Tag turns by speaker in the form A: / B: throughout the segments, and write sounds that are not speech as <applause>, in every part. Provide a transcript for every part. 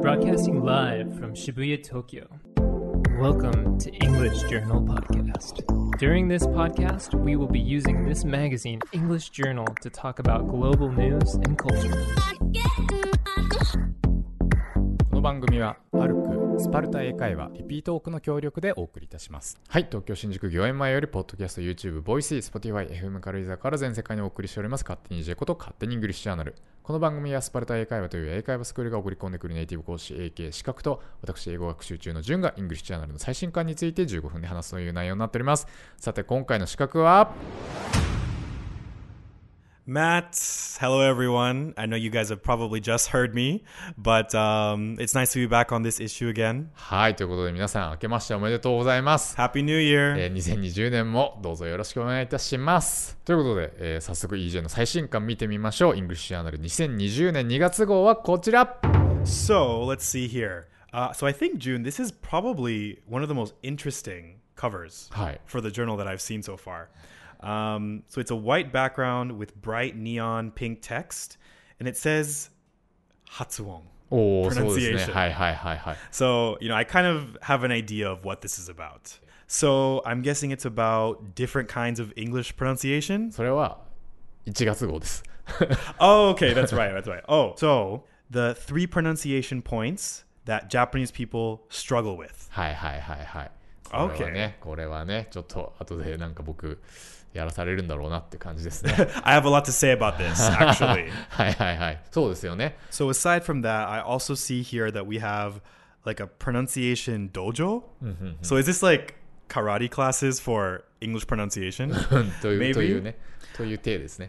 A: Broadcasting live from Shibuya, Tokyo. Welcome to English Journal Podcast. During this podcast, we will be using this magazine, English Journal, to talk about global news and culture.
B: この番組はパルクスパルタ英会話リピートオークの協力でお送りいたしますはい東京新宿御苑前よりポッドキャスト YouTube ボイス Spotify FM 軽井沢から全世界にお送りしております勝手に J こと勝手にイングリッシュチャンネルこの番組はスパルタ英会話という英会話スクールが送り込んでくるネイティブ講師 AK 資格と私英語学習中の順がイングリッシュチャンネルの最新刊について15分で話すという内容になっておりますさて今回の資格は
C: Matt, hello everyone. I know you guys have probably just heard me, but um, it's nice to be back on this issue again.
B: はいということで皆さん明けましておめでとうございます、
C: Happy New Year!
B: えー2020年もどうぞよろしくお願いいたします。ということで、えー早速 EJ の最新刊見てみましょう。イングリッシュアナル2020年2月号はこちら
C: So let's see here. Uh, so I think June, this is probably one of the most interesting covers
B: Hi.
C: for the journal that I've seen so far. Um, so it's a white background with bright neon pink text, and it says Hatsuon.
B: おお、そうですね。
C: Pronunciation
B: はいはいはいはい。
C: So, you know, I kind of have an idea of what this is about. So, I'm guessing it's about different kinds of English pronunciation.
B: それは1月号です。
C: Oh, okay, that's right, that's right. Oh, so the three pronunciation points that Japanese people struggle with. <laughs>
B: はいはいはいはい。
C: Okay.
B: これはね、これはね、ちょっと後でなんか僕、やらされるんだろうなって感じですね。
C: <laughs> I have a lot to say about this, actually.
B: はいはいはい。そうですよね。
C: so, aside from that, I also see here that we have like a pronunciation dojo. So, is this like karate classes for English pronunciation?
B: という
C: Maybe.
B: というね。という体ですね。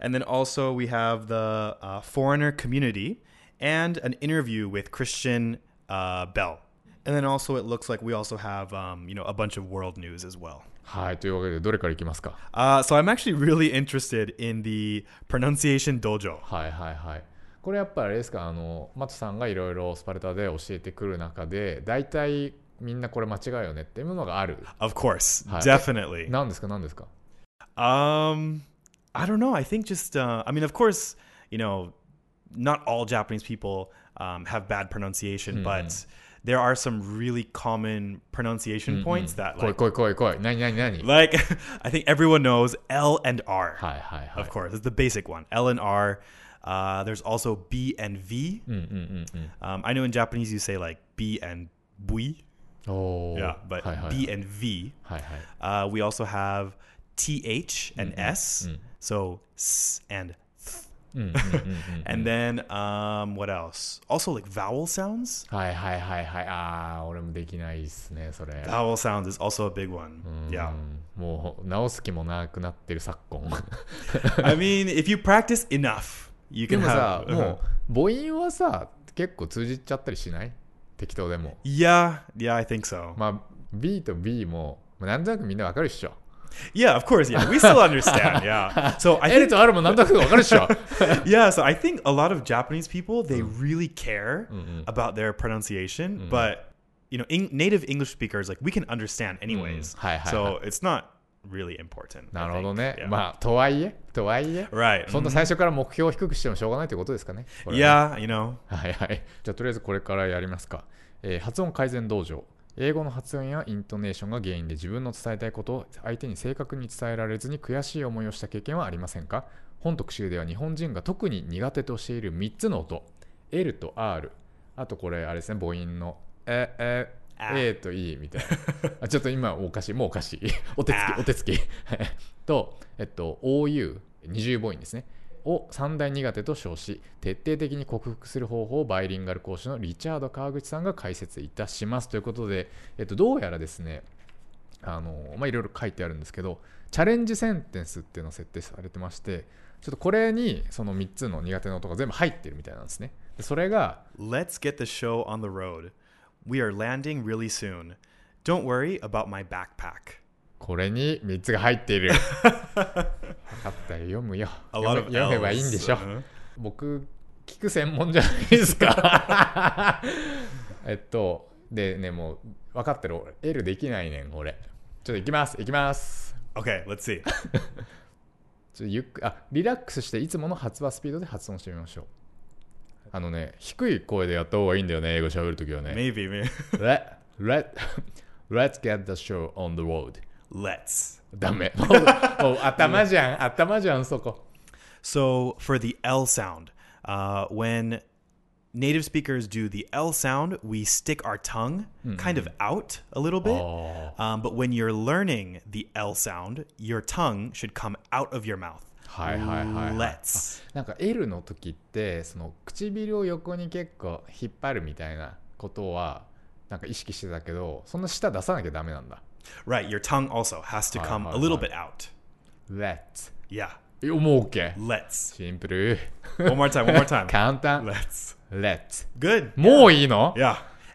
C: And then also we have the uh, foreigner community and an interview with Christian uh, Bell. And then also it looks like we also have um, you know a bunch of world news as well.
B: はい。というわけで、どれからいきますか
C: Uh, so I'm actually really interested in the pronunciation dojo.
B: はいはいはいこれやっぱあれですかあのマトさんがいろいろスパルタで教えてくる中で大体みんなこれ間違いよねっていうものがある
C: Of course,
B: Hi.
C: definitely.
B: 何ですか何ですか
C: Um, I don't know. I think just uh, I mean, of course, you know, not all Japanese people um, have bad pronunciation, but there are some really common pronunciation points that
B: 来い
C: like
B: 来い来い来い何何何はい
C: Like, <laughs> I think everyone knows L and R,
B: はいはい
C: of course. It's the basic one. L and R. Uh, there's also B and V.
B: うんうんうん
C: Um, I know in Japanese you say like B and bui.
B: うんおお
C: Yeah, but
B: はいはい
C: B and V.
B: はいはい
C: Uh, we also have TH and S. So S and th. <laughs> and then um, what else? Also like vowel sounds.
B: はいはいはいはいあー俺もできないっすねそれ
C: Vowel sounds is also a big one.
B: う
C: Yeah.
B: んもう直す気もな <laughs> くなってる昨今
C: I mean, if you practice enough, you
B: で
C: can
B: もさ
C: have.
B: もう母音はさ結構通じちゃったりしない適当でも
C: Yeah, yeah, I think so.
B: まあ B と B もまあなんとなくみんなわかるっしょ
C: Yeah, of course. Yeah,
B: <laughs>
C: we still understand. Yeah. So I
B: L
C: think
B: と R もなんとなくわかるっし
C: <laughs>
B: ょ
C: yeah, so I think a lot of Japanese people they
B: Mm-hmm.
C: really care about their pronunciation, but you know, in, native English speakers like we can understand anyways.
B: Mm-hmm. Hi, hi,
C: so it's not really important.
B: な
C: I
B: るほど
C: think.
B: ね
C: Yeah.
B: まあとはいえとはいえ
C: right. Mm-hmm.
B: そんな最初から目標を低くしてもしょうがないということですかねこれは
C: Yeah, you know.
B: はいはいじゃあとりあえずこれからやりますか、えー発音改善道場英語の発音やイントネーションが原因で自分の伝えたいことを相手に正確に伝えられずに悔しい思いをした経験はありませんか本特集では日本人が特に苦手としている3つの音 L と R あとこれあれですね母音のええ
C: あ
B: A と E みたいなあちょっと今おかしいもうおかしい <laughs> お手つ
C: あ
B: きお手つき <laughs> と、えっと、OU 二重母音ですねを三大苦手と称し徹底的に克服する方法をバイリンガル講師のリチャード川口さんが解説いたしますということで、えっと、どうやらですねあのまあいろいろ書いてあるんですけどチャレンジセンテンスっていうのを設定されてましてちょっとこれにその3つの苦手な音が全部入ってるみたいなんですねでそれが
C: Let's get the show on the road. We are landing really soon. Don't worry about my backpack.
B: これに3つが入っている分かったよ読むよ
C: A
B: 読
C: lot
B: め
C: of
B: 読めばいいんで
C: L's.
B: しょ
C: Uh-huh.
B: 僕聞く専門じゃないですか <laughs> えっとでねもう分かってる俺 L できないねん俺ちょっと行きます行きます
C: Okay, let's
B: <laughs>
C: see.
B: ちょっとゆっくあリラックスしていつもの発話スピードで発音してみましょうあのね、低い声でやった方がいいんだよね、英語喋るときはね。
C: Maybe, maybe. <laughs>
B: Let, let, let's get the show on the road.
C: Let's.
B: ダメ。もうもう頭じゃん、頭じゃん、そこ。
C: So for the L sound, uh, when native speakers do the L sound, we stick our tongue kind of out a little bit.
B: Hmm. Oh.
C: Um, but when you're learning the L sound, your tongue should come out of your mouth.
B: はいはいはい、はい。
C: Let's.
B: なんか L の時ってその唇を横に結構引っ張るみたいなことはなんか意識してたけどそんな舌出さなきゃダメなんだ
C: Right, your tongue also has to
B: Hi,
C: come
B: hi,
C: a little
B: hi.
C: bit out.
B: Let's
C: Yeah.
B: いやもう OK
C: Let's.
B: シンプル
C: One more time, one more
B: <laughs>
C: time.
B: 簡単
C: Let's.
B: Let's
C: Good.
B: もういいの
C: Yeah.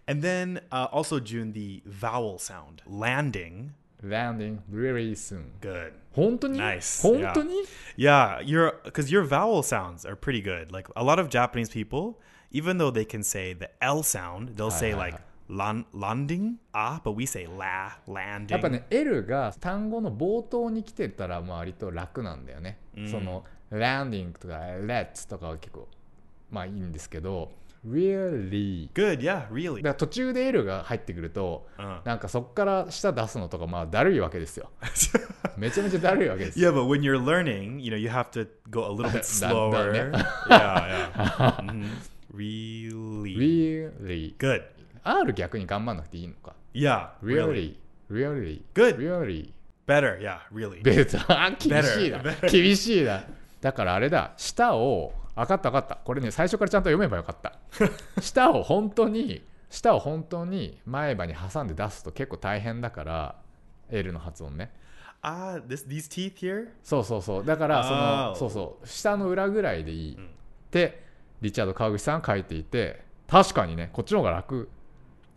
C: And then uh, also, June, the vowel sound. Landing.
B: Landing very soon
C: Good.
B: 本当に
C: Nice
B: 本当に
C: Yeah, your because your vowel sounds are pretty good. Like a lot of Japanese people, even though they can say the L sound, they'll say
B: hi,
C: like lan, landing, ah, but we say la,
B: やっぱ
C: landing.
B: ね L が単語の冒頭に来てたらまあ割と楽なんだよね、その Landing とか Let's とかは結構まあいいんですけど Really
C: Good, yeah,
B: だ
C: really. Uh-huh.
B: から途中で L が入ってくると、
C: うん
B: なんかそこから舌出すのとかまあだるいわけ
C: <laughs>
B: ですよめちゃめちゃだるいわけですよ
C: yeah, but when you're learning, you know, you have to go a little bit
B: Done, done,
C: slower. yeah,
B: yeah.
C: yeah. Mhm. Really.
B: Really
C: Good.
B: R 逆に頑張んなくていいのか
C: Yeah.
B: Really Really
C: Good
B: Really
C: Better. Yeah, really.
B: ベータ厳しいな
C: Better.
B: 厳しいなだからあれだ舌を分かった分かったこれね最初からちゃんと読めばよかった
C: <laughs>
B: 舌を本当に舌を本当に前歯に挟んで出すと結構大変だから L の発音ね
C: Ah, this these teeth here.
B: そうそうそうだからそ
C: あー
B: のそうそう下の裏ぐらいでいいって、リチャード川口さんは書いていて確かにねこっちの方が楽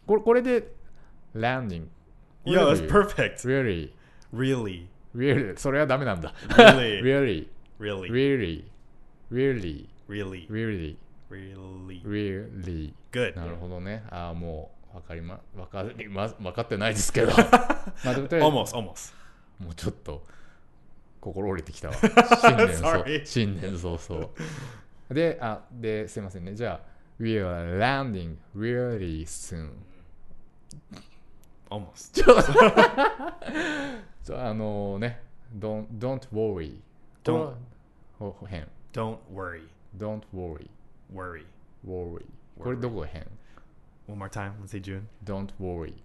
B: これこれでランディング
C: Yeah, that's perfect.
B: really
C: Really,
B: really それはダメなんだ
C: really,
B: really
C: really,
B: really really
C: really,
B: really
C: really.
B: really
C: Good.
B: なるほどねああもうわかりまわかりま分かってないです
C: <laughs>
B: けどまあでもとりあえず
C: Almost, almost.
B: もうちょっと心折れて
C: <laughs>
B: きたわ。新年
C: Sorry.
B: 早新年早々。で、あ、で、すいませんね。じゃあ、We are landing really soon.
C: Almost.
B: そうあのね、don't, don't worry.
C: Don't-
B: ほほ変。
C: Don't worry.
B: Don't worry.
C: Worry.
B: Worry. これどこが変
C: One more time. Let's say June.
B: ?Don't worry. <laughs>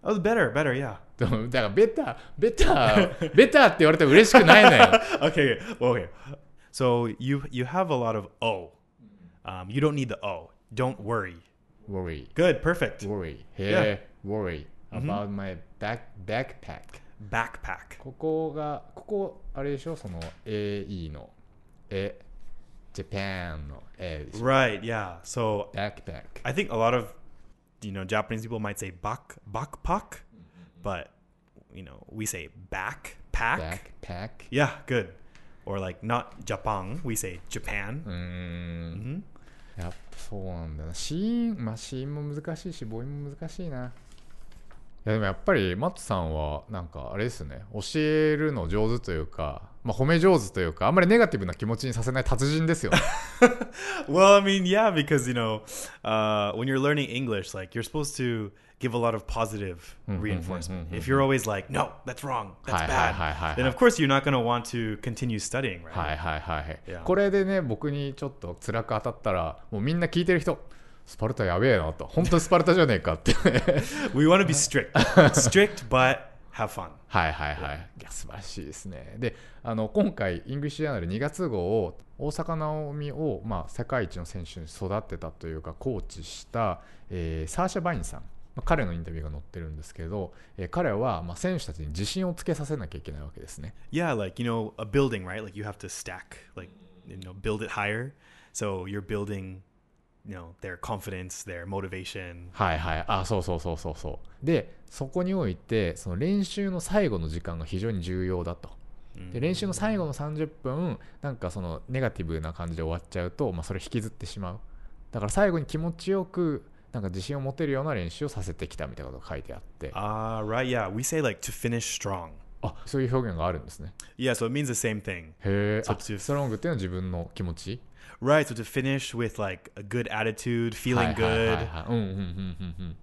C: Oh, better, better, yeah.
B: でもだから、ベター、ベター、ベターって言われて嬉しくないの
C: <laughs>
B: よ。
C: okay, okay, well, okay. So you you have a lot of O. Um, you don't need the O. Don't worry.
B: worry,
C: Good, perfect.
B: worry. Hey, worry about my back, backpack.
C: Backpack.
B: ここがここあれでしょその AE のえジャパンの A でしょ
C: Right, yeah. So
B: バックパック
C: I think a lot of you know Japanese people might say bak bakpak, but you know we say backpack.
B: バックパック
C: Yeah, good. Or like not Japan, we say Japan. Mm-hmm.
B: うーんやっぱそうなんだなシーンまあシーンも難しいし母音も難しいないやでもやっぱりマットさんはなんかあれですね教えるの上手というか、まあ、褒め上手というかあんまりネガティブな気持ちにさせない達人ですよね
C: Well, I mean, yeah, because you know, uh, when you're learning English, like you're supposed to give a lot of positive
B: Mm-hmm,
C: reinforcement. If you're always like, "No, that's wrong, that's
B: Hi, hi,
C: bad,"
B: hi, hi,
C: then
B: hi.
C: of course you're not going to want to continue studying, right?
B: はいはいはいはい
C: いや
B: これでね僕にちょっと辛く当たったらもうみんな聞いてる人スパルタやべえなと本当にスパルタじゃねえか <laughs> って
C: We want
B: <laughs>
C: to be strict, strict but have fun.
B: はいはいはいいや素晴らしいですねであの今回イングリッシュジャーナル2月号を大坂なおみを、まあ、世界一の選手に育てたというかコーチした、えーサーシャ・バインさんまあ彼のインタビューが載ってるんですけど、えー彼は、まあ、選手たちに自信をつけさせなきゃいけないわけですね
C: Yeah, like you know, a building, right? Like you have to stack, like you know, build it higher. So you're building, you know, their confidence, their motivation.
B: はいはいあそうそうそうそうそうでそこにおいてその練習の最後の時間が非常に重要だとで練習の最後の30分なんかそのネガティブな感じで終わっちゃうと、まあ、それ引きずってしまうだから最後に気持ちよくなんか自信を持てるような練習をさせてきたみたいなことが書いてあってあ
C: Ah, right. Yeah, we say like to finish strong.
B: そういう表現があるんですね
C: Yeah, so it means the same thing.
B: へえ
C: そう
B: ストロングっていうのは自分の気持ち
C: Right. So to finish with like a good
B: は
C: attitude, feeling
B: いはいはい
C: good.
B: はいうんうんうんうんうん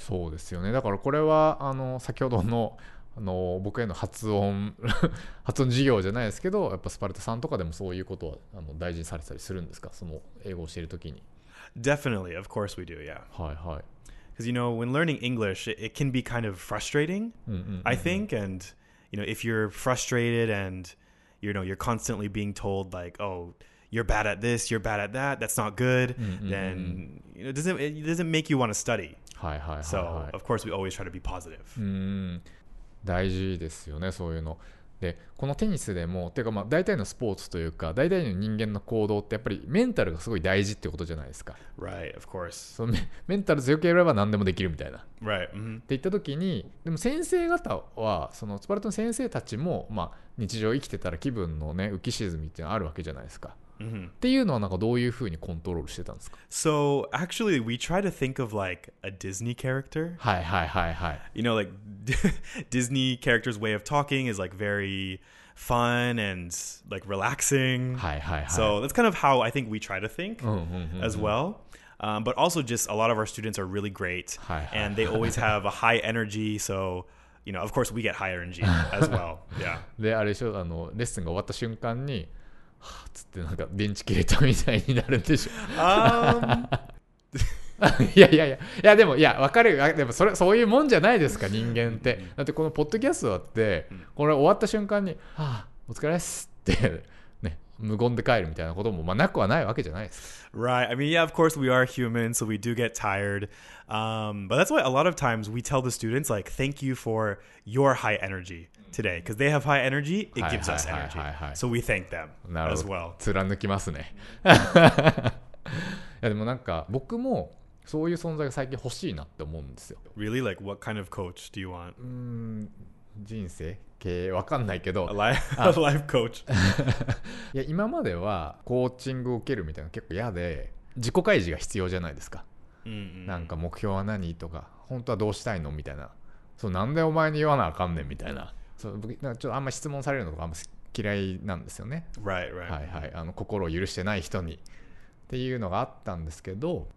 B: そうですよねだからこれはあの先ほどのあの僕への発音 <laughs> 発音授業じゃないですけどやっぱスパルタさんとかでもそういうことはあの大事にされてたりするんですかその英語を教えるときに
C: Definitely. Of course we do. Yeah.
B: はいはい
C: Because, you know, when learning English, it, it can be kind of frustrating,
B: うんうんうん
C: I think. And, you know, if you're frustrated and, you know, you're constantly being told, like, oh, you're bad at this, you're bad at that, that's not good,
B: mm, Ah,
C: then you know, it, doesn't, it doesn't make you want to study.
B: はいはいはい、はい、
C: So, of course, we always try to be positive.
B: うーん大事ですよねそういうの。でこのテニスでもっていうかまあ大体のスポーツというか大体の人間の行動ってやっぱりメンタルがすごい大事ってことじゃないですか
C: Right, of course.
B: そのメメンタル強ければ何でもできるみたいな。っ
C: Right. hmm
B: て言った時にでも先生方はそのスパルタの先生たちも、まあ、日常生きてたら気分のね浮き沈みっていうのあるわけじゃないですか。
C: hmm
B: っていうのはなんかどういうふうにコントロールしてたんですか
C: So, actually, we try to think of like a Disney character.
B: はいはいはいはい。
C: you know like <laughs> disney characters way of talking is like very fun and like relaxing
B: はいはいはい。
C: so that's kind of how i think we try to think
B: うんうんうん
C: as well um, but also just a lot of our students are really great
B: Hi, hi.
C: and they
B: <laughs>
C: always have a high energy so you know of course we get high energy as
B: <laughs>
C: well yeah
B: であれでしょあのレッスンが終わった瞬間にはぁっつってなんか電池切れたみたいになるんでしょ
C: um,
B: <laughs> いやいやいやいやでもいや分かるよあでもそれそういうもんじゃないですか人間ってだってこのポッドキャストだってこれ終わった瞬間に「はあお疲れっす」って <laughs> ね無言で帰るみたいなこともまあなくはないわけじゃないですか
C: Right. I mean, yeah, of course, we are human, so we do get tired. Um, but that's why a lot of times we tell the students, like, thank you for your high energy today. Because they have high energy, it
B: Hi,
C: gives
B: hi,
C: us
B: hi,
C: energy.
B: hi, hi.
C: So we thank them
B: なる
C: as
B: ほど、
C: well.
B: 貫きますね <laughs> いやでもなんか僕もそういう存在が最近欲しいなって思うんですよ
C: Really? Like, what kind of coach do you want?
B: うーん人生経営わかんないけど
C: A life, <laughs> a life coach.
B: いや今まではコーチングを受けるみたいなの結構嫌で自己開示が必要じゃないですか、
C: Mm-mm.
B: なんか目標は何とか本当はどうしたいのみたいなそうなんでお前に言わなあかんねんみたいなそう僕なんかちょっとあんま質問されるのとかあんま嫌いなんですよね
C: Right, right.
B: はいはいあの心を許してない人にっていうのがあったんですけど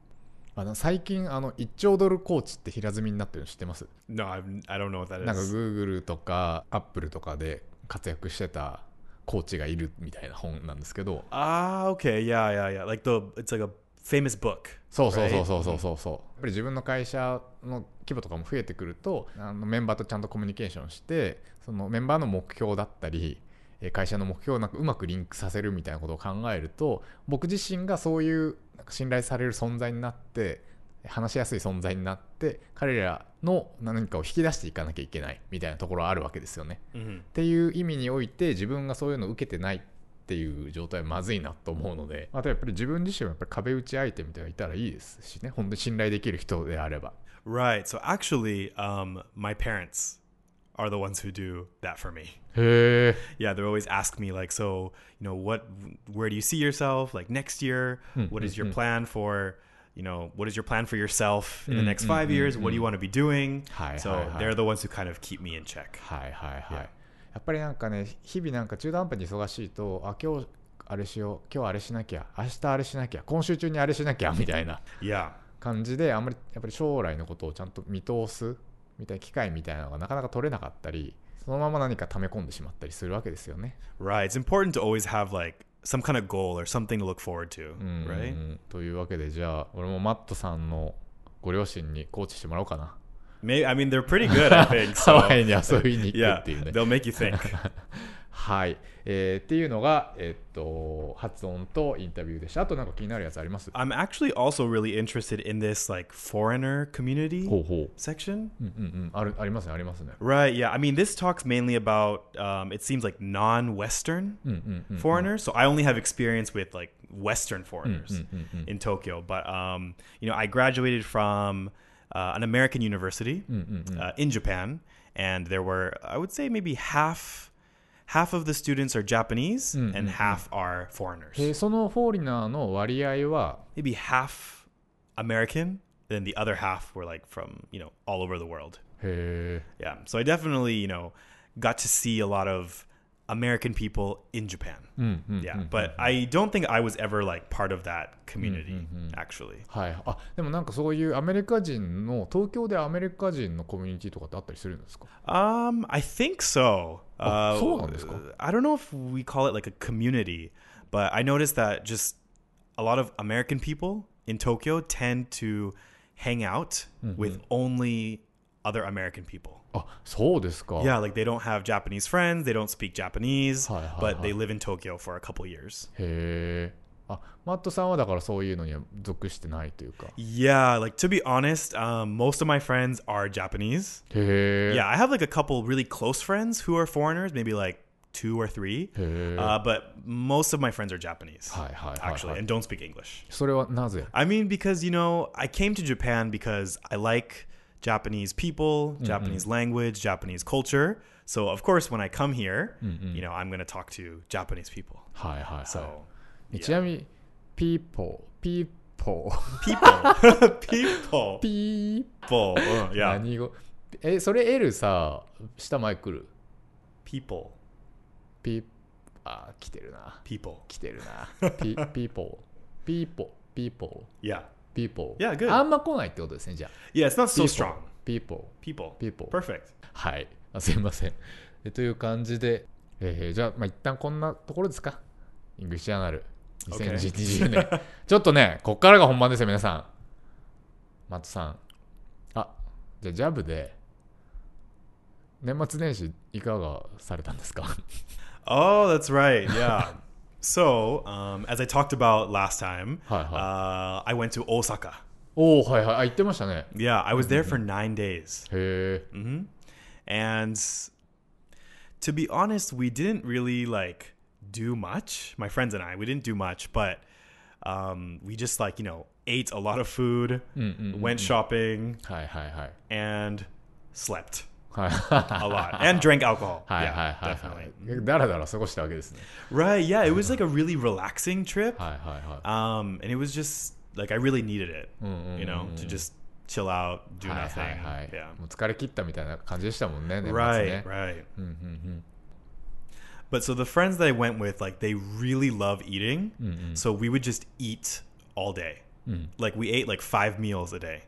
B: あの最近あの1兆ドルコーチって平積みになってるの知ってます
C: No, I'm, I don't know what that
B: なんか
C: is.
B: Google とか Apple とかで活躍してたコーチがいるみたいな本なんですけど
C: Ah, okay. Yeah, yeah, yeah. Like, the it's like a famous book.
B: そうそうそ
C: right?
B: うそうそうそうそうやっぱり自分の会社の規模とかも増えてくるとあのメンバーとちゃんとコミュニケーションしてそのメンバーの目標だったりえー会社の目標をなんかうまくリンクさせるみたいなことを考えると僕自身がそういうなんか信頼される存在になって話しやすい存在になって彼らの何かを引き出していかなきゃいけないみたいなところはあるわけですよね。
C: Mhm.
B: っていう意味において自分がそういうのを受けてないっていう状態はまずいなと思うのであとやっぱり自分自身はやっぱり壁打ち相手みたいなのがいたらいいですしね本当に信頼できる人であれば
C: Right. So actually, um, my parents are the ones who do that for me.
B: へえ
C: yeah they always ask me like so you know what where do you see yourself like next year
B: Hmm,
C: what is your plan for you know what is your plan for yourself
B: Hmm,
C: in the next five years what do you want to be doing
B: Hi,
C: so
B: hi, hi.
C: they're the ones who kind of keep me in check
B: はいはいはいやっぱりなんかね日々なんか中途半端に忙しいとあ今日あれしよう今日あれしなきゃ明日あれしなきゃ今週中にあれしなきゃみたいな
C: yeah
B: 感じであんまりやっぱり将来のことをちゃんと見通すみたいな機会みたいなのがなかなか取れなかったりそのまま何か溜め込んでしまったりするわけですよね
C: right it's important to always have like some kind of goal or something to look forward to
B: うんう
C: right
B: んというわけでじゃあ俺もマットさんのご両親にコーチしてもらおう <laughs> かな
C: maybe i mean they're pretty
B: <laughs>
C: good i think
B: ハ
C: so
B: ワイに遊びに行く
C: yeah
B: っていうね
C: they'll make you think
B: <laughs> はい、えーっていうのが、えっと発音とインタビューでしたあとなんか気になるやつあります
C: i'm actually also really interested in this like foreigner community
B: ほうほ
C: section
B: ううんうんうんあるありますねありますね
C: Right. Yeah. I mean, this talks mainly about um, it seems like non-Western
B: うんうんうん
C: foreigners. So I only have experience with like Western foreigners in Tokyo. But um, you know, I graduated from uh, an American university uh, in Japan, and there were I would say maybe half half of the students are Japanese and half are foreigners.
B: えーそのフォーリナーの割合は
C: Maybe half American, then the other half were like from you know all over the world.
B: へえ
C: Yeah. So I definitely, you know, got to see a lot of American people in Japan.
B: うんうんうん
C: Yeah,
B: Mm-hmm.
C: but I don't think I was ever like part of that community
B: mm-hmm.
C: actually.
B: はい、あでもなんかそういうアメリカ人の東京でアメリカ人のコミュニティとかってあったりするんですか
C: Um, I think so. Uh,
B: Oh, そうなんですか？
C: I don't know if we call it like a community, but I noticed that just a lot of American people in Tokyo tend to hang out
B: Mm-hmm.
C: with only other American people.
B: あそうですか
C: Yeah, like they don't have Japanese friends, they don't speak Japanese,
B: Oh. Hi, hi,
C: but
B: hi.
C: they live in Tokyo for a couple years.
B: へえあマットさんはだからそういうのには属してないというかへ
C: Yeah, like to be honest, um, most of my friends are Japanese.
B: え
C: Yeah, I have like a couple really close friends who are foreigners, maybe like two or three.
B: Hey.
C: Uh, but most of my friends are Japanese,
B: Hi, hi, hi, hi.
C: actually, and don't speak English.
B: それはなぜ
C: I mean, because you know, I came to Japan because I like Japanese people,
B: Mm-hmm.
C: Japanese language, Japanese culture. So of course, when I come here,
B: Mm-hmm.
C: you know, I'm gonna talk to Japanese people.
B: はいはいはい、
C: So
B: <laughs> えちなみに people people <laughs>
C: people, <laughs>
B: people
C: people, people, uh, yeah,
B: 何語えそれ L さ下前来る
C: people,
B: p あ来てるな
C: people.
B: 来てるな
C: <laughs>
B: p people people people
C: Yeah,
B: people
C: Yeah, good.
B: あんま来ないってことですねじゃあ
C: yeah. It's not so
B: People.
C: strong.
B: people
C: People,
B: people
C: perfect.
B: はいあすいませんえという感じで、えーじゃあ、まあ、一旦こんなところですかイングリッシュジャーナル
C: Okay.
B: 2020年、ちょっとねこっからが本番ですよ皆さんマットさんあじゃあジャブで年末年始いかがされたんですか
C: Oh, that's right.
B: <laughs>
C: Yeah. so, um, as I talked about last time,
B: Hi,
C: uh, I went to Osaka.
B: おおはいはいあ言ってましたね
C: Yeah, I was there for
B: Mm-hmm.
C: nine days.
B: へえ、
C: And to be honest, we didn't really like do much. My friends and I, we didn't do much, but um, we just like, you know, ate a lot of food, went shopping,
B: はいはいはい
C: and slept
B: はい
C: a
B: <laughs>
C: lot and drank alcohol.
B: はいはい
C: yeah,
B: はい
C: definitely.
B: はいだらだら過ごしたわけですね
C: Right. Yeah, it was like a really relaxing trip.
B: はいはいはい
C: um, and it was just like I really needed it,
B: mm,
C: you know, to just chill out, do
B: はい
C: nothing.
B: はいはい、
C: Yeah,
B: もう疲れ切ったみたいな感じでしたもんね年末ね
C: right, right. But so the friends that I went with, like, they really love eating, so we would just eat all day. Like we ate like five meals a day,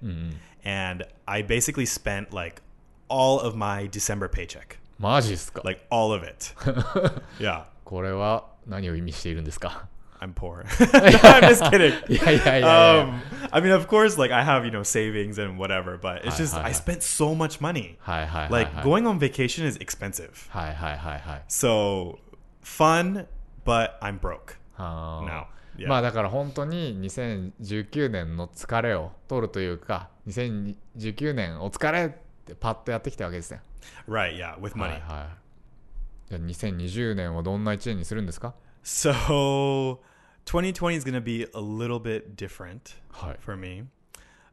C: and I basically spent like all of my December paycheck,
B: マジっすか
C: like all of it. yeah,
B: これは何を意味しているんですか
C: I'm poor. <laughs> I'm just kidding.
B: <laughs> いやいやいやいや、
C: um, I mean, of course, like I have you know savings and whatever, but it's just
B: hi, hi.
C: I spent so much money.
B: はいはいはい、はい、
C: Like going on vacation is expensive,
B: はいはいはいはい
C: so fun, but I'm broke
B: はー
C: now. Yeah.
B: まあだから本当に2019年の疲れを取るというか2019年お疲れってパッとやってきたわけですね
C: right? Yeah, with
B: はい
C: money.
B: はいじゃあ2020年はどんな1年にするんですか
C: So 2020 is gonna be a little bit different
B: はい
C: for me.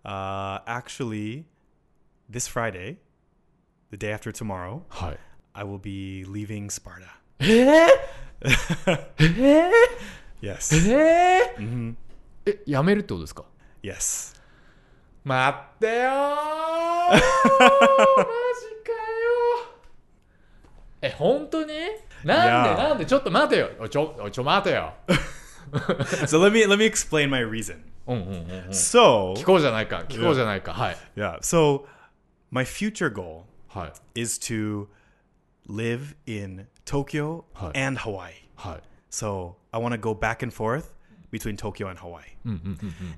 C: Uh, actually, this Friday, the day after tomorrow,
B: はい
C: I will be
B: <laughs>
C: leaving Sparta. <laughs>
B: えー、えー、
C: Yes.
B: えー
C: Mhm.
B: えやめるってことですか
C: Yes.
B: 待ってよー
C: <laughs>
B: マジかよえ本当になんで
C: いやー
B: なんでちょっと待てよおいちょおいちょ待てよ
C: so let me let me explain my reason.
B: うんうんうん、うん、聞
C: So
B: こうじゃないか聞こうじゃないかはい
C: yeah, so my future goal
B: はい
C: is to live in Tokyo
B: Hi.
C: and Hawaii.
B: はい
C: So I want to go back and forth between Tokyo and Hawaii.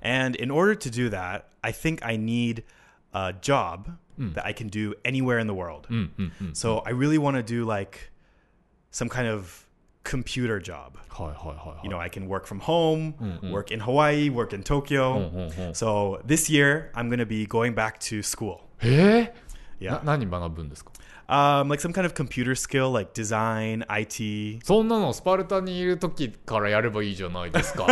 C: And in order to do that, I think I need a job that I can do anywhere in the world. So I really want to do like some kind of computer job.
B: はいはいはい
C: you know, I can work from home, work in Hawaii, work in Tokyo. So this year, I'm going to be going back to school.
B: えー、
C: Yeah.
B: な何学ぶんですか
C: Um, like some kind of computer skill, like design,
B: <laughs>
C: IT.
B: そんなのスパルタにいる時からやればいいじゃないですか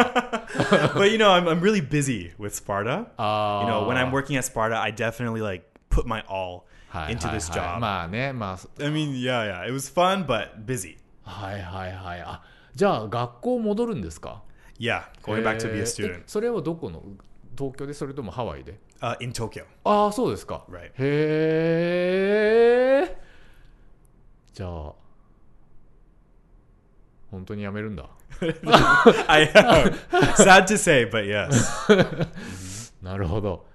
C: <laughs> but you know, I'm, I'm really busy with Sparta.
B: あー
C: you know, when I'm working at Sparta, I definitely like put my all
B: はい
C: into
B: はい
C: this
B: はい
C: job.
B: まあねまあ
C: I mean, yeah, yeah. It was fun, but busy.
B: はいはいはいあじゃあ学校戻るんですか
C: Yeah, going back to be
B: えー
C: a student
B: えそれはどこの東京でそれともハワイで
C: uh, in Tokyo.
B: ああそうですか、
C: Right.
B: へえじゃあ本当にやめるんだ
C: I am. Sad to say, but yes.
B: なるほど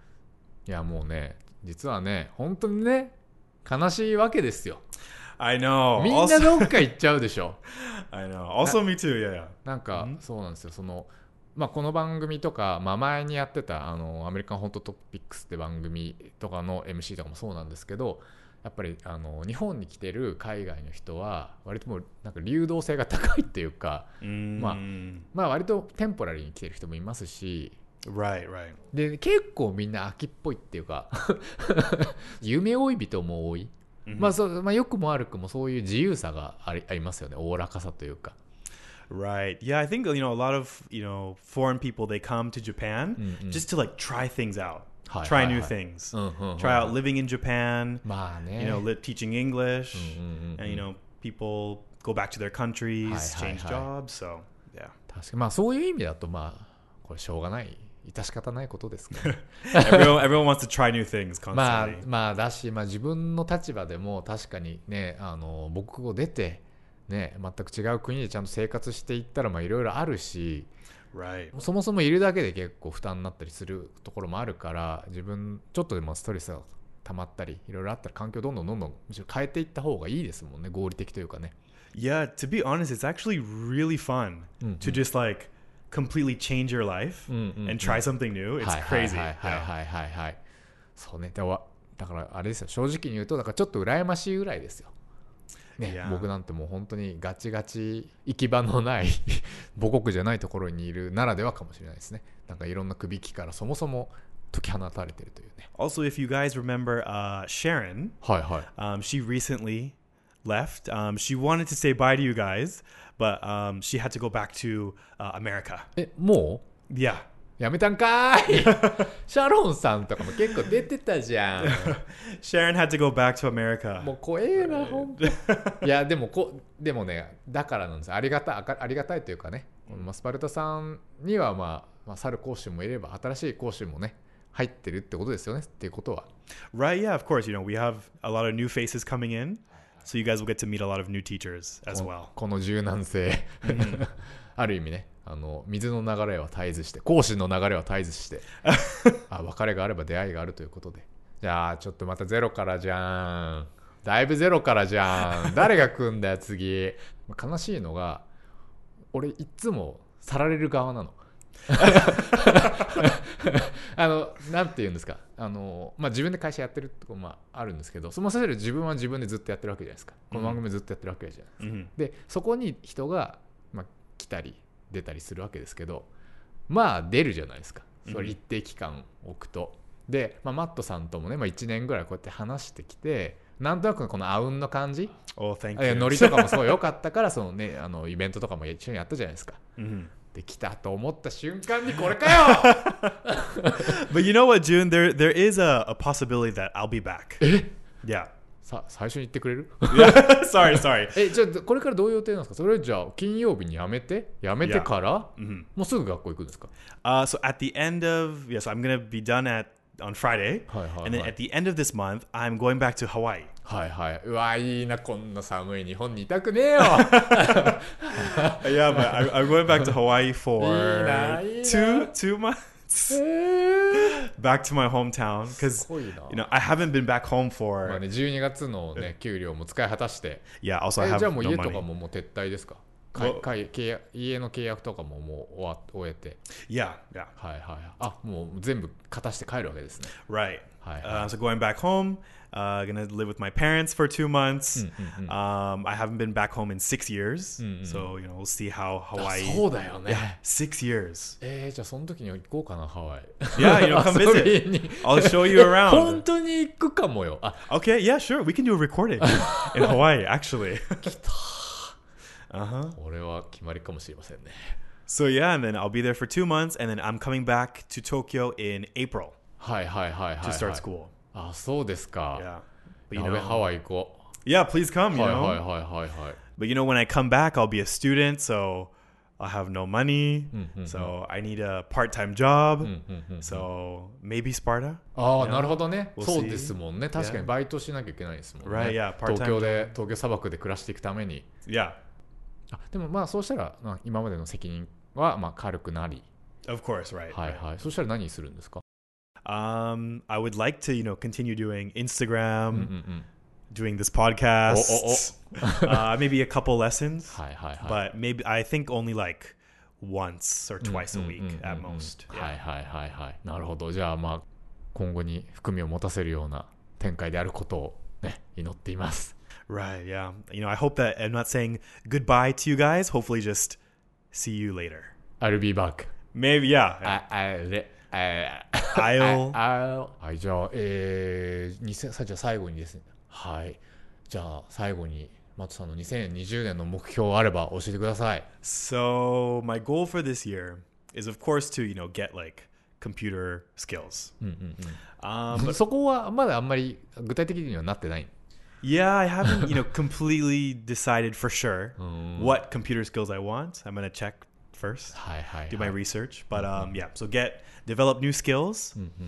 B: いやもうね実はね本当にね悲しいわけですよ
C: I know.
B: みんな
C: Also,
B: どっか行っちゃうでしょ
C: I know. Also, me too. Yeah, yeah.
B: なんか
C: うん
B: そうなんですよそのまあこの番組とか、まあ、前にやってたあのアメリカンホットトピックスって番組とかの MC とかもそうなんですけどやっぱりあの日本に来てる海外の人は割ともうなんか流動性が高いっていうか、まあ、
C: Mm,
B: まあ、割とテンポラリーに来てる人もいますし
C: Right, right.
B: で結構みんな秋っぽいっていうか <laughs> 夢追い人も多い、
C: Mhm.
B: まあそうまあ、良くも悪くもそういう自由さがありありますよねおおらかさというか。
C: Right. Yeah, I think you know a lot of you know foreign people they come to Japan
B: Mm, mm.
C: just to like try things out,
B: Hi, hi,
C: try new
B: hi. Uh-huh.
C: things,
B: うんうんうん
C: try out living in Japan.
B: まあね
C: You know, li- teaching English,
B: Mm, mm, mm,
C: and you
B: mm.
C: know people go back to their countries,
B: Hi, hi,
C: change
B: hi.
C: jobs. So yeah.
B: <laughs> 確かにまあそういう意味だとまあこれしょうがない致し方ないことですから
C: everyone, everyone wants to try new things
B: <laughs> まあ
C: constantly.
B: まあだし、まあ、自分の立場でも確かにねあの母国語出てね全く違う国でちゃんと生活していったらまあいろいろあるし
C: right.
B: そもそもいるだけで結構負担になったりするところもあるから自分ちょっとでもストレスが溜まったりいろいろあったら環境どんどんどんどんむしろ変えていった方がいいですもんね合理的というかね
C: Yeah, to be honest, it's actually really fun
B: Mm,
C: to
B: mm.
C: just like completely change your life
B: Mm, mm, mm.
C: and try something new. It's
B: はいはい
C: crazy.
B: はいはい
C: Yeah.
B: はいはいはいそうねだからだからあれですよ正直に言うとだからちょっと羨ましいぐらいですよね
C: いやー
B: 僕なんてもう本当にガチガチ行き場のない <laughs> 母国じゃないところにいるならではかもしれないですねなんかいろんな首引きからそもそも解き放たれてるというね
C: Also, if you guys remember uh, Sharon,
B: はいはい
C: um, she recently left. Um, she wanted to say bye to you guys, but um, she had to go back to uh, America.
B: えも
C: Yeah.
B: うやめたんかーい <laughs> シャロンさんとかも結構出てたじゃん
C: Sharon had to go back to America.
B: もう怖えな本当 <laughs> いやでもこでもねだからなんですありがたあかありがたいというかね、まあ、スパルタさんには、まあ、まあ去る講師もいれば新しい講師もね入ってるってことですよねっていうことは
C: Right, yeah, of course. You know, we have a lot of new faces coming in, so you guys will get to meet a lot of new teachers as
B: こ
C: well.
B: この柔軟性ある意味ねあの水の流れは絶えずして講師の流れは絶えずして
C: <laughs>
B: あ別れがあれば出会いがあるということでじゃあちょっとまたゼロからじゃんだいぶゼロからじゃん誰が来んだよ次悲しいのが俺いつもさられる側
C: <laughs>
B: なのあのなんて言うんですかあの、まあ、自分で会社やってるとこもあるんですけどそのせいで自分は自分でずっとやってるわけじゃないですかこの番組ずっとやってるわけじゃないですか
C: Mhm.
B: でそこに人が、まあ、来たり出たりするわけですけどまあ出るじゃないですかそれ一定期間置くと。で、まあ、マットさんともね、まあ、1年ぐらいこうやって話してきてなんとなくこのあうんの感じ
C: Oh, thank
B: いや
C: you.
B: ノリとかもすごい良かったからその、ね、あのイベントとかも一緒にやったじゃないですか。
C: Mhm.
B: できたと思った瞬間にこれか
C: <laughs>
B: よ
C: But you know what, June? There, there is a, a possibility that I'll
B: <laughs>
C: be back.
B: え
C: Yeah. <laughs>
B: さ最初に言ってくれる
C: sorry, sorry.
B: えじゃあこれからどういう予定なんですかそれじゃあ金曜日にやめてやめてから
C: うん
B: もうすぐ学校行くんですか
C: Uh, so at the end of yeah, so I'm gonna be done at on Friday,
B: Hi, hi,
C: and then
B: hi.
C: at the end of this month, I'm going back to Hawaii.
B: はいはいうわいいなこんな寒い日本にいたくねえよ
C: Uh, yeah, but I, I'm going back
B: <laughs>
C: to Hawaii
B: Ina,
C: for
B: Ina.
C: two two months. back to my hometown because
B: すごいな
C: you know I haven't been back
B: まあ
C: home for
B: ね、12月の、ね、給料も使い果たして、
C: yeah. Also, I
B: え
C: have
B: じゃあ
C: no
B: もう家とか
C: money.
B: ももう撤退ですかか
C: もう
B: かい契約家の契約とかももう終わ終えて、
C: Yeah, yeah,
B: はいはいはい、あもう全部果たして帰るわけですね。
C: right.
B: Hi, hi.
C: Uh, so going back home, uh, gonna live with my parents for two months.
B: Hmm,
C: Um, I haven't been back home in six years, so you know we'll see
B: あ
C: how Hawaii.
B: そうだよね。
C: Six
B: <laughs>
C: years.
B: えー、じゃあその時に行こうかな、ハワイ。
C: Yeah, you know, come
B: 遊
C: visit.
B: びに
C: I'll show you
B: 本
C: around.
B: 当に行くかもよ。あ
C: Okay, yeah, sure. We can do
B: <laughs>
C: a recording in Hawaii, actually. <laughs> uh huh.
B: これは決まりかもしれませんね。
C: So yeah, and then I'll be there for two months, and then I'm coming back to Tokyo in April
B: はいはいはいはい、はい。
C: to start school.
B: あ、そうですか。
C: Yeah. But
B: や
C: you
B: べ、ハ
C: know,
B: ワイ行こ
C: yeah, please come.
B: う。
C: You
B: はいはい
C: know,
B: はいはいはい。
C: but you know, when I come back, I'll be a student, so I'll have no money.
B: Mm-hmm.
C: So I need a part-time job. So maybe Sparta.
B: ああ、なるほどね。
C: We'll
B: そうですもんね。確かに
C: Yeah.
B: バイトしなきゃいけないですもんね。
C: Right, yeah, part-time
B: 東京で、東京砂漠で暮らしていくために。
C: Yeah.
B: あでもまあそうしたら、まあ、今までの責任はまあ軽くなり、
C: Of course, right.
B: はいはい、そうしたら何するんですか、
C: Um, I would like to, you know, continue doing
B: うんうんう
C: Instagram,
B: ん、
C: doing this podcast, <laughs> uh, maybe a couple lessons,
B: はいはいはい。
C: but maybe I think only like once
B: Mm,
C: or twice
B: う
C: a
B: んうん
C: week
B: うんうん
C: at most.
B: うん
C: Yeah.
B: はいはいはいはい。なるほど。じゃあまあ今後に含みを持たせるような展開であることをね祈っています。
C: Right. Yeah. You know, I hope that I'm not saying goodbye to you guys. Hopefully, just see you later.
B: I'll be back.
C: Maybe. Yeah.
B: ああれあ
C: I'll-
B: ああはいじゃあえー、2000さあじゃあ最後にですね。はい。じゃあ最後に松さんの2020年の目標あれば教えてください。
C: So my goal for this year is, of course, to you know get like computer skills.
B: うんうん
C: Um,
B: うん。そこはまだあんまり具体的にはなってない。
C: Yeah, I haven't, you know, <laughs> completely decided for sure what computer skills I want. I'm gonna check first,
B: はいはい、はい。
C: do my research. But
B: Mm-hmm.
C: um, yeah, so get develop new skills.
B: うんうんう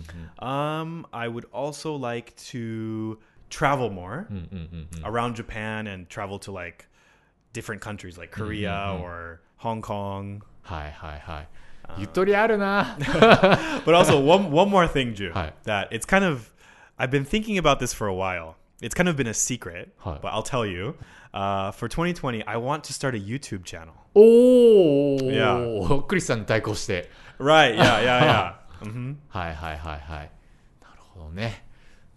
B: ん
C: Um, I would also like to travel more
B: うんうんうんうん。
C: around Japan and travel to like different countries like
B: Mm-hmm,
C: Korea or Hong Kong.
B: はいはいはい。ゆとりある <laughs> な。<laughs>
C: But also one one more thing, Ju,
B: Hi.
C: that it's kind of I've been thinking about this for a while. It's kind of been a secret,
B: Hi.
C: but I'll tell you. Uh, for 2020, I want to start a
B: <laughs>
C: YouTube channel.
B: おお、
C: Yeah.
B: クリスさんに対抗して。
C: Right. Yeah.
B: <laughs>
C: Yeah. Yeah. hmm
B: はいはいはいはい。なるほどね。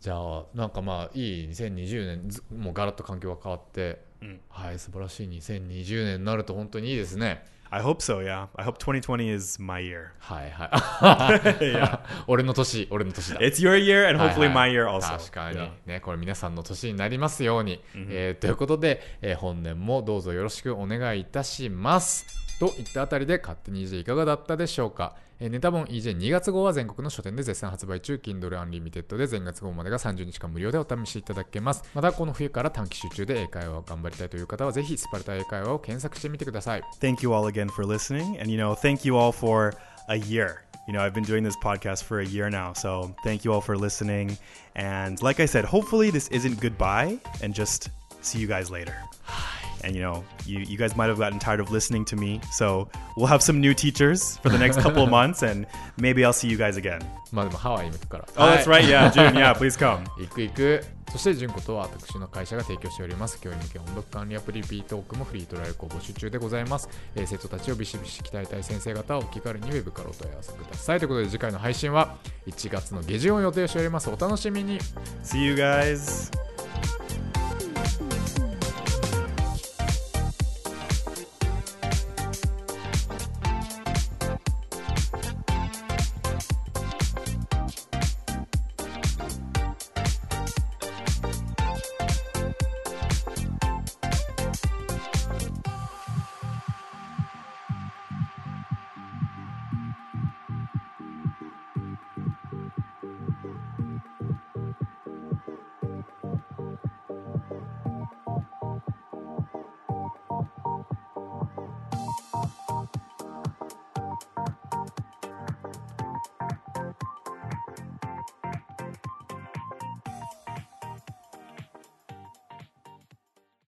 B: じゃあ、なんかまあ、いい2020年、ずもうガラッと環境が変わって、
C: ん
B: はい、素晴らしい2020年になると本当にいいですね。
C: I hope so. Yeah. I hope 2020 is my year.
B: はいはい。 <laughs>
C: Yeah.
B: 俺の年、俺の年だ。
C: It's your year, and
B: はいはい
C: hopefully my year also.
B: 確かに
C: Yeah.
B: ね、これ皆さんの年になりますように。えーということで、えー本年もどうぞよろしくお願いいたします。といったあたりで勝手に EJ いかがだったでしょうか、えーネタ本 EJ2 月号は全国の書店で絶賛発売中 Kindle Unlimited で全月号までが30日間無料でお試しいただけますまたこの冬から短期集中で英会話を頑張りたいという方はぜひスパルタ英会話を検索してみてください
C: Thank you all again for listening, and you know, thank you all for a year. You know, I've been doing this podcast for a year now, so thank you all for listening. And like I said, hopefully this isn't goodbye, and just see you guys later. And you know, you, you guys might have gotten tired of listening to me, so we'll have some new teachers for the next couple of months, and maybe I'll see you guys again.
B: まあでもハワイに行くから。
C: Oh, that's
B: はい
C: right. Yeah, June. Yeah, please come.
B: 行く行くそして純子とは私の会社が提供しております教員向け音読管理アプリピートークもフリートライアルを募集中でございます、えー生徒たちをビシビシ鍛えたい先生方はお気軽にウェブからお問い合わせくださいということで次回の配信は1月の下旬を予定しておりますお楽しみに
C: See you guys.